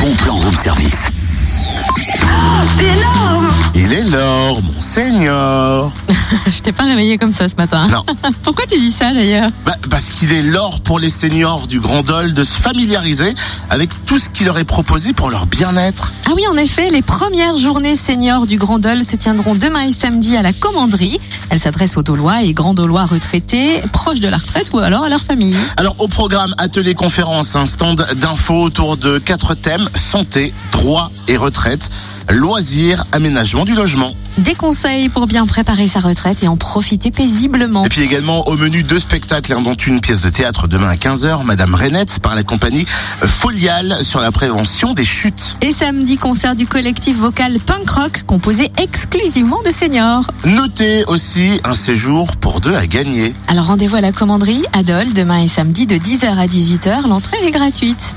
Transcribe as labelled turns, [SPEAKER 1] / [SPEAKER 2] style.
[SPEAKER 1] bon plan room service.
[SPEAKER 2] C'est énorme
[SPEAKER 1] Il est l'or, mon seigneur.
[SPEAKER 3] Ah, Je t'ai pas réveillé comme ça ce matin.
[SPEAKER 1] Non.
[SPEAKER 3] Pourquoi tu dis ça d'ailleurs
[SPEAKER 1] Bah, parce qu'il est l'or pour les seniors du Grand Dol de se familiariser avec tout ce qui leur est proposé pour leur bien-être.
[SPEAKER 3] Ah oui, en effet, les premières journées seniors du Grand Dol se tiendront demain et samedi à la Commanderie. Elles s'adressent aux Dolois et Grand Dolois retraités, proches de la retraite ou alors à leur famille.
[SPEAKER 1] Alors au programme atelier conférence, un stand d'infos autour de quatre thèmes santé, droit et retraite, loisirs, aménagement du logement.
[SPEAKER 3] Des conseils pour bien préparer sa retraite et en profiter paisiblement.
[SPEAKER 1] Et puis également au menu deux spectacles, hein, dont une pièce de théâtre demain à 15h, Madame Renette par la compagnie Foliale sur la prévention des chutes.
[SPEAKER 3] Et samedi, concert du collectif vocal punk rock composé exclusivement de seniors.
[SPEAKER 1] Notez aussi un séjour pour deux à gagner.
[SPEAKER 3] Alors rendez-vous à la commanderie, à Dole, demain et samedi de 10h à 18h. L'entrée est gratuite.